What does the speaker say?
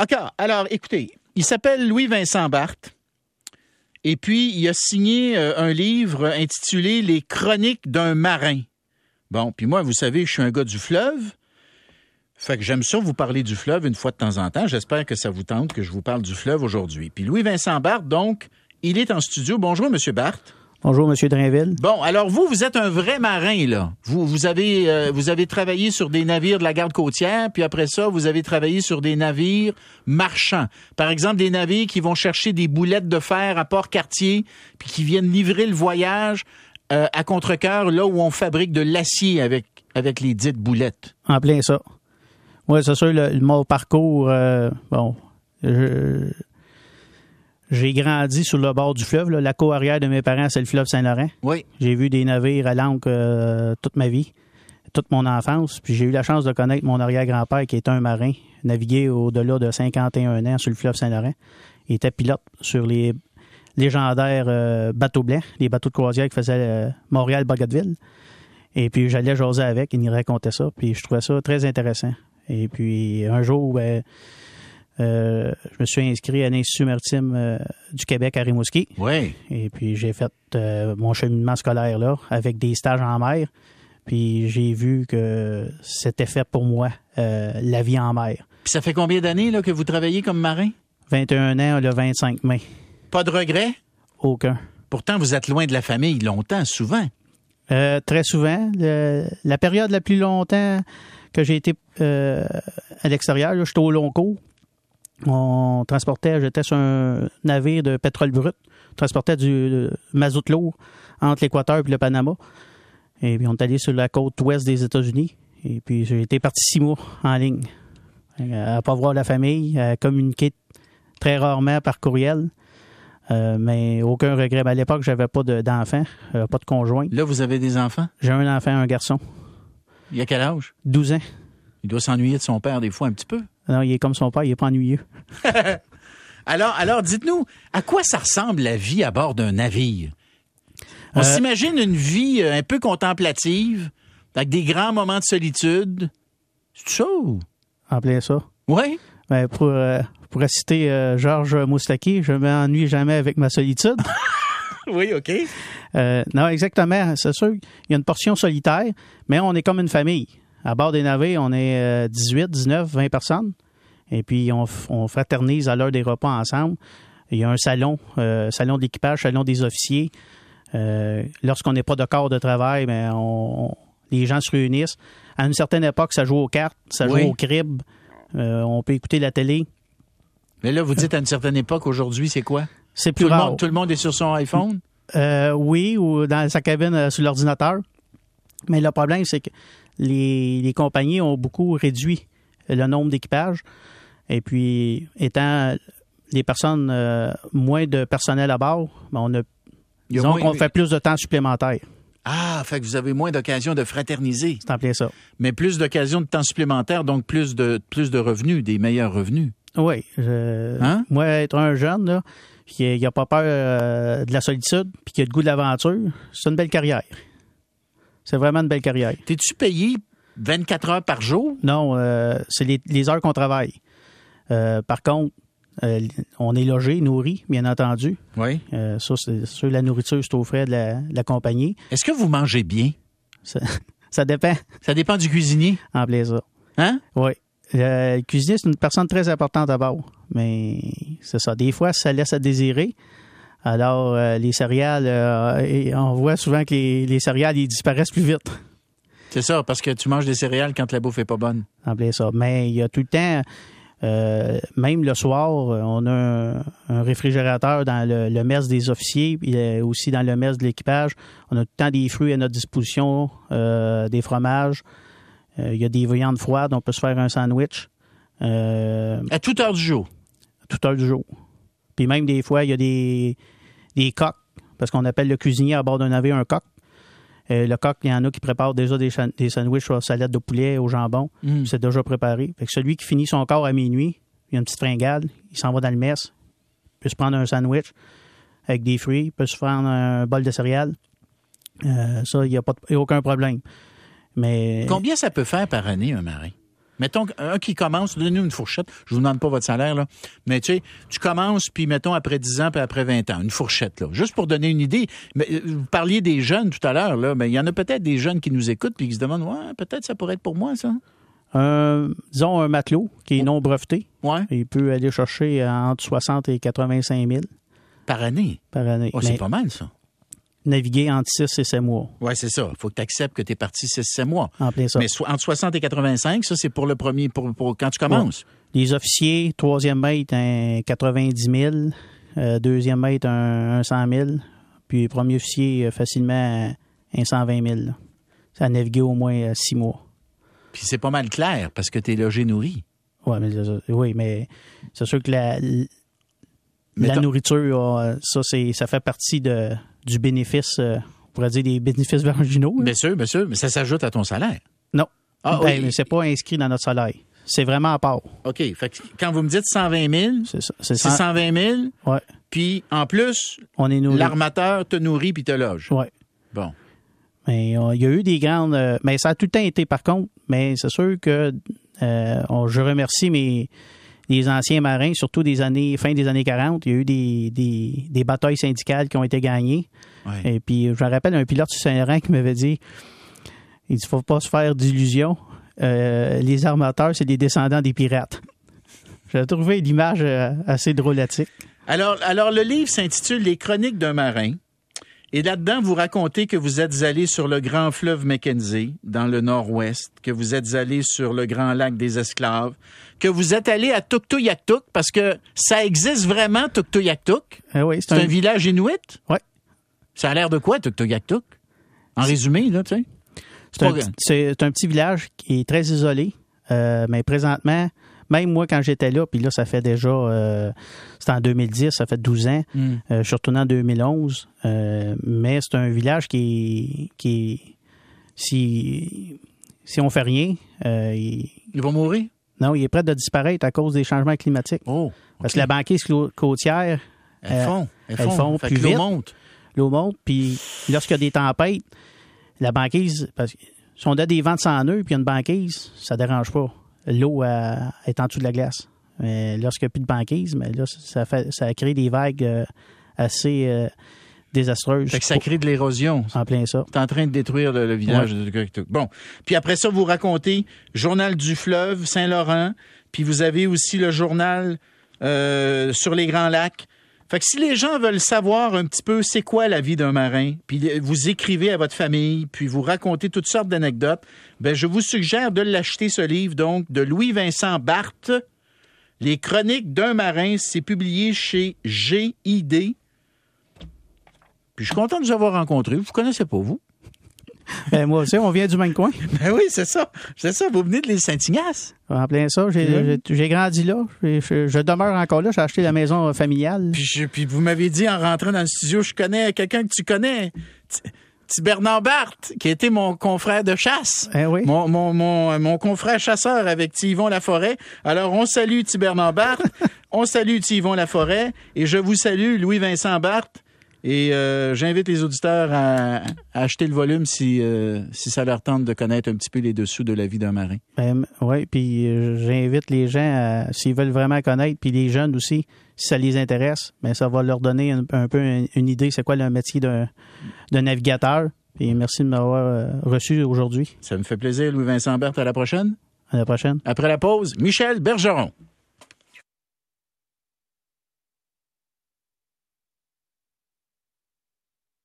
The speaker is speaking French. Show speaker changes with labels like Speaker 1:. Speaker 1: OK. Alors, écoutez, il s'appelle Louis-Vincent Barthes. Et puis, il a signé euh, un livre intitulé Les Chroniques d'un marin. Bon, puis moi, vous savez, je suis un gars du fleuve. Fait que j'aime ça vous parler du fleuve une fois de temps en temps. J'espère que ça vous tente que je vous parle du fleuve aujourd'hui. Puis Louis-Vincent Barthes, donc, il est en studio. Bonjour, Monsieur Barthes.
Speaker 2: Bonjour, Monsieur Drinville.
Speaker 1: Bon, alors vous, vous êtes un vrai marin, là. Vous, vous, avez, euh, vous avez travaillé sur des navires de la garde côtière, puis après ça, vous avez travaillé sur des navires marchands. Par exemple, des navires qui vont chercher des boulettes de fer à Port-Cartier, puis qui viennent livrer le voyage euh, à Contrecoeur, là où on fabrique de l'acier avec, avec les dites boulettes.
Speaker 2: En plein ça. Oui, c'est sûr, le, mon parcours, euh, bon, je- j'ai grandi sur le bord du fleuve. là. La cour arrière de mes parents, c'est le fleuve Saint-Laurent.
Speaker 1: Oui.
Speaker 2: J'ai vu des navires à l'ancre euh, toute ma vie, toute mon enfance. Puis j'ai eu la chance de connaître mon arrière-grand-père qui est un marin, navigué au-delà de 51 ans sur le fleuve Saint-Laurent. Il était pilote sur les légendaires euh, bateaux blancs, les bateaux de croisière qui faisaient euh, Montréal-Bagotville. Et puis j'allais jaser avec, il me racontait ça, puis je trouvais ça très intéressant. Et puis un jour, ben, euh, je me suis inscrit à l'Institut maritime euh, du Québec à Rimouski.
Speaker 1: Oui.
Speaker 2: Et puis j'ai fait euh, mon cheminement scolaire là, avec des stages en mer. Puis j'ai vu que c'était fait pour moi, euh, la vie en mer.
Speaker 1: Puis ça fait combien d'années là, que vous travaillez comme marin?
Speaker 2: 21 ans le 25 mai.
Speaker 1: Pas de regret?
Speaker 2: Aucun.
Speaker 1: Pourtant, vous êtes loin de la famille longtemps, souvent.
Speaker 2: Euh, très souvent, le- la période la plus longtemps que j'ai été euh, à l'extérieur, là, j'étais au long cours. On transportait, j'étais sur un navire de pétrole brut, on transportait du euh, mazout lourd entre l'Équateur et le Panama. Et puis on est allé sur la côte ouest des États-Unis. Et puis j'ai été parti six mois en ligne, Euh, à pas voir la famille, à communiquer très rarement par courriel. Euh, mais aucun regret. Mais À l'époque, j'avais pas de- d'enfant, euh, pas de conjoint.
Speaker 1: Là, vous avez des enfants.
Speaker 2: J'ai un enfant, un garçon,
Speaker 1: Il a quel âge?
Speaker 2: 12 ans.
Speaker 1: Il doit s'ennuyer de son père des fois un petit peu.
Speaker 2: Non, il est comme son père, il est pas ennuyeux.
Speaker 1: Alors, alors dites-nous, à quoi ça ressemble la vie à bord d'un navire? On
Speaker 2: Euh,
Speaker 1: s'imagine une vie euh, un peu contemplative, avec des grands moments de solitude. C'est ça?
Speaker 2: En plein ça.
Speaker 1: Oui?
Speaker 2: Ben, pour, euh, pour citer euh, Georges Moustaki, je m'ennuie jamais avec ma solitude.
Speaker 1: Oui, OK.
Speaker 2: Euh, non, exactement. C'est sûr, il y a une portion solitaire, mais on est comme une famille. À bord des navets, on est euh, 18, 19, 20 personnes. Et puis, on, f- on fraternise à l'heure des repas ensemble. Il y a un salon, euh, salon d'équipage, salon des officiers. Euh, Lorsqu'on n'est pas de corps de travail, ben, on- on- les gens se réunissent. À une certaine époque, ça joue aux cartes, ça
Speaker 1: Oui.
Speaker 2: joue au crib. Euh, on peut écouter la télé.
Speaker 1: Mais là, vous dites à une certaine époque, aujourd'hui, c'est quoi?
Speaker 2: C'est plus
Speaker 1: Tout le,
Speaker 2: rare.
Speaker 1: monde, tout le monde est sur son iPhone?
Speaker 2: Euh, oui, ou dans sa cabine euh, sur l'ordinateur. Mais le problème, c'est que les, les compagnies ont beaucoup réduit le nombre d'équipages. Et puis, étant les personnes, euh, moins de personnel à bord, ben, on a,
Speaker 1: Il y a
Speaker 2: disons
Speaker 1: moins-
Speaker 2: qu'on fait plus de temps supplémentaire.
Speaker 1: Ah, fait que vous avez moins d'occasions de fraterniser,
Speaker 2: C'est en plein ça.
Speaker 1: mais plus d'occasions de temps supplémentaire, donc plus de, plus de revenus, des meilleurs revenus.
Speaker 2: Oui. je-
Speaker 1: Hein?
Speaker 2: Moi, être un jeune, là, qui n'a pas peur euh, de la solitude, puis qui a le goût de l'aventure, c'est une belle carrière. C'est vraiment une belle carrière.
Speaker 1: T'es-tu payé 24 heures par jour?
Speaker 2: Non, euh, c'est les, les heures qu'on travaille. Euh, par contre, euh, on est logé, nourri, bien entendu.
Speaker 1: Oui.
Speaker 2: Euh, ça, c'est sûr, la nourriture, c'est aux frais de la, de la compagnie.
Speaker 1: Est-ce que vous mangez bien?
Speaker 2: Ça, ça dépend,
Speaker 1: Ça dépend du cuisinier.
Speaker 2: en plaisir.
Speaker 1: Hein?
Speaker 2: Oui. Le cuisinier, c'est une personne très importante à bord. Mais c'est ça. Des fois, ça laisse à désirer. Alors, euh, les céréales, euh, et on voit souvent que les, les céréales, ils disparaissent plus vite.
Speaker 1: C'est ça, parce que tu manges des céréales quand la bouffe est pas bonne.
Speaker 2: en plein ça. Mais il y a tout le temps, euh, même le soir, euh, on a un, un réfrigérateur dans le, le mess des officiers, puis euh, aussi dans le mess de l'équipage. On a tout le temps des fruits à notre disposition, euh, des fromages. Euh, il y a des viandes froides, on peut se faire un sandwich euh,
Speaker 1: À toute heure du jour.
Speaker 2: à toute heure du jour. Puis même des fois, il y a des, des coques, parce qu'on appelle le cuisinier à bord d'un navire un coq. Euh, le coq, il y en a qui préparent déjà des, san- des sandwichs à salade de poulet au jambon.
Speaker 1: Mm.
Speaker 2: Puis C'est déjà préparé. Fait que celui qui finit son corps à minuit, il a une petite fringale, il s'en va dans le mess, il peut se prendre un sandwich avec des fruits, il peut se prendre un bol de céréales. Euh, ça, il n'y a, pas de- y a aucun problème. Mais
Speaker 1: Combien ça peut faire par année, un marin? Mettons un qui commence, donnez-nous une fourchette. Je vous demande pas votre salaire, là. Mais tu sais, tu commences, puis mettons après 10 ans, puis après 20 ans. Une fourchette, là. Juste pour donner une idée. Mais, euh, vous parliez des jeunes tout à l'heure, là. Mais il y en a peut-être des jeunes qui nous écoutent, puis qui se demandent, ouais, peut-être ça pourrait être pour moi, ça.
Speaker 2: Un, disons un matelot qui est
Speaker 1: Oh.
Speaker 2: non breveté,
Speaker 1: Ouais.
Speaker 2: il peut aller chercher entre 60 et 85 000
Speaker 1: Par année.
Speaker 2: par année.
Speaker 1: Oh, c'est
Speaker 2: Mais
Speaker 1: pas mal, ça.
Speaker 2: Naviguer entre 6 et 7 mois,
Speaker 1: Ouais, c'est ça. Faut que tu acceptes que tu es parti 6-7 mois.
Speaker 2: en plein ça.
Speaker 1: Mais so- entre 60 et 85, ça, c'est pour le premier, pour, pour quand tu commences.
Speaker 2: Les officiers, troisième mate, un 90 000. euh, deuxième mate, un, un 100 000. Puis premier officier, euh, facilement, un 120 000. là. Ça a navigué au moins euh, six mois.
Speaker 1: Puis c'est pas mal clair parce que tu es logé nourri.
Speaker 2: Ouais, mais, c'est ça. oui, mais c'est sûr que la,
Speaker 1: Mais
Speaker 2: la
Speaker 1: t'as-
Speaker 2: nourriture, euh, ça, c'est, ça fait partie de, du bénéfice, euh, on pourrait dire des bénéfices marginaux. là.
Speaker 1: Bien sûr, bien sûr, mais ça s'ajoute à ton salaire.
Speaker 2: non.
Speaker 1: Ah,
Speaker 2: Ben,
Speaker 1: oui.
Speaker 2: C'est pas inscrit dans notre salaire. C'est vraiment à part.
Speaker 1: OK. Fait que quand vous me dites 120 000,
Speaker 2: C'est ça. C'est
Speaker 1: c'est
Speaker 2: cent-
Speaker 1: 120 000,
Speaker 2: ouais.
Speaker 1: puis en plus,
Speaker 2: On est nourri.
Speaker 1: l'armateur te nourrit puis te loge.
Speaker 2: Ouais.
Speaker 1: Bon.
Speaker 2: Mais euh, il y a eu des grandes. euh, mais ça a tout le temps été, par contre. Mais c'est sûr que euh, on- je remercie mes les anciens marins, surtout des années fin des années 40. Il y a eu des, des, des batailles syndicales qui ont été gagnées.
Speaker 1: Ouais.
Speaker 2: Et puis je me rappelle un pilote sur Saint-Laurent qui m'avait dit il ne faut pas se faire d'illusions. Euh, les armateurs, c'est les descendants des pirates. J'ai trouvé l'image euh, assez drôlatique.
Speaker 1: Alors, alors, le livre s'intitule Les chroniques d'un marin. Et là-dedans, vous racontez que vous êtes allé sur le grand fleuve Mackenzie, dans le nord-ouest, que vous êtes allé sur le grand lac des Esclaves, que vous êtes allé à Tuktoyaktuk, parce que ça existe vraiment, Tuktoyaktuk.
Speaker 2: Ah oui, c'est
Speaker 1: C'est un
Speaker 2: un,
Speaker 1: village inuit.
Speaker 2: Ouais.
Speaker 1: Ça a l'air de quoi, Tuktoyaktuk? En résumé, là, tu sais.
Speaker 2: C'est un,
Speaker 1: Pas
Speaker 2: petit- c'est un petit village qui est très isolé, euh, mais présentement, même moi quand j'étais là, puis là ça fait déjà, euh, c'était en 2010, ça fait 12 ans,
Speaker 1: Hmm.
Speaker 2: euh, je suis retourné en 2011, euh, mais c'est un village qui, qui si, si on fait rien, euh, il-
Speaker 1: Ils vont mourir?
Speaker 2: non, il est prêt de disparaître à cause des changements climatiques.
Speaker 1: Oh,
Speaker 2: Parce que la banquise clo- côtière,
Speaker 1: elles
Speaker 2: euh,
Speaker 1: font. Elles
Speaker 2: elles
Speaker 1: font.
Speaker 2: font
Speaker 1: Fait
Speaker 2: plus
Speaker 1: que l'eau
Speaker 2: vite.
Speaker 1: monte.
Speaker 2: l'eau monte, puis lorsqu'il y a des tempêtes, la banquise, parce que si on a des vents de 100 nœuds, puis il y a une banquise, ça dérange pas. L'eau euh, est en dessous de la glace. Mais lorsqu'il n'y a plus de banquise, mais là, ça, fait, ça crée des vagues euh, assez euh, désastreuses.
Speaker 1: Fait que ça crée de l'érosion.
Speaker 2: En plein ça.
Speaker 1: T'es en train de détruire le, le village de Tuktoyaktuk. Bon. Puis après ça, vous racontez Journal du fleuve, Saint-Laurent. Puis vous avez aussi le journal euh, sur les grands lacs. Fait que si les gens veulent savoir un petit peu c'est quoi la vie d'un marin, puis euh, vous écrivez à votre famille, puis vous racontez toutes sortes d'anecdotes, ben je vous suggère de l'acheter ce livre donc de Louis-Vincent Barthes, Les chroniques d'un marin, c'est publié chez GID. Puis je suis content de vous avoir rencontré. Vous ne connaissez pas, vous?
Speaker 2: Ben, moi aussi, on vient du même coin.
Speaker 1: Ben oui, c'est ça. C'est ça. Vous venez de l'île Saint-Ignace.
Speaker 2: En plein ça, j'ai
Speaker 1: Mhm.
Speaker 2: j'ai- j'ai grandi là. J'ai- Je, je demeure encore là. J'ai acheté la maison euh, familiale.
Speaker 1: Puis, je- puis vous m'avez dit en rentrant dans le studio, je connais quelqu'un que tu connais. T- T- Bernard Barthes, qui était mon confrère de chasse.
Speaker 2: Hein, oui.
Speaker 1: Mon, mon, mon, mon confrère chasseur avec Tivon Laforêt. Alors, on salue Tibernard Barthes, on salue Tivon Laforêt, et je vous salue, Louis-Vincent Barthes. Et euh, j'invite les auditeurs à, à acheter le volume si, euh, si ça leur tente de connaître un petit peu les dessous de la vie d'un marin.
Speaker 2: Ben, oui, puis euh, j'invite les gens, à- s'ils veulent vraiment connaître, puis les jeunes aussi, si ça les intéresse, mais ça va leur donner un, un peu une, une idée c'est quoi le métier d'un d'un navigateur. Puis merci de m'avoir euh, reçu aujourd'hui.
Speaker 1: Ça me fait plaisir, Louis-Vincent Barthes. À la prochaine.
Speaker 2: À la prochaine.
Speaker 1: Après la pause, Michel Bergeron.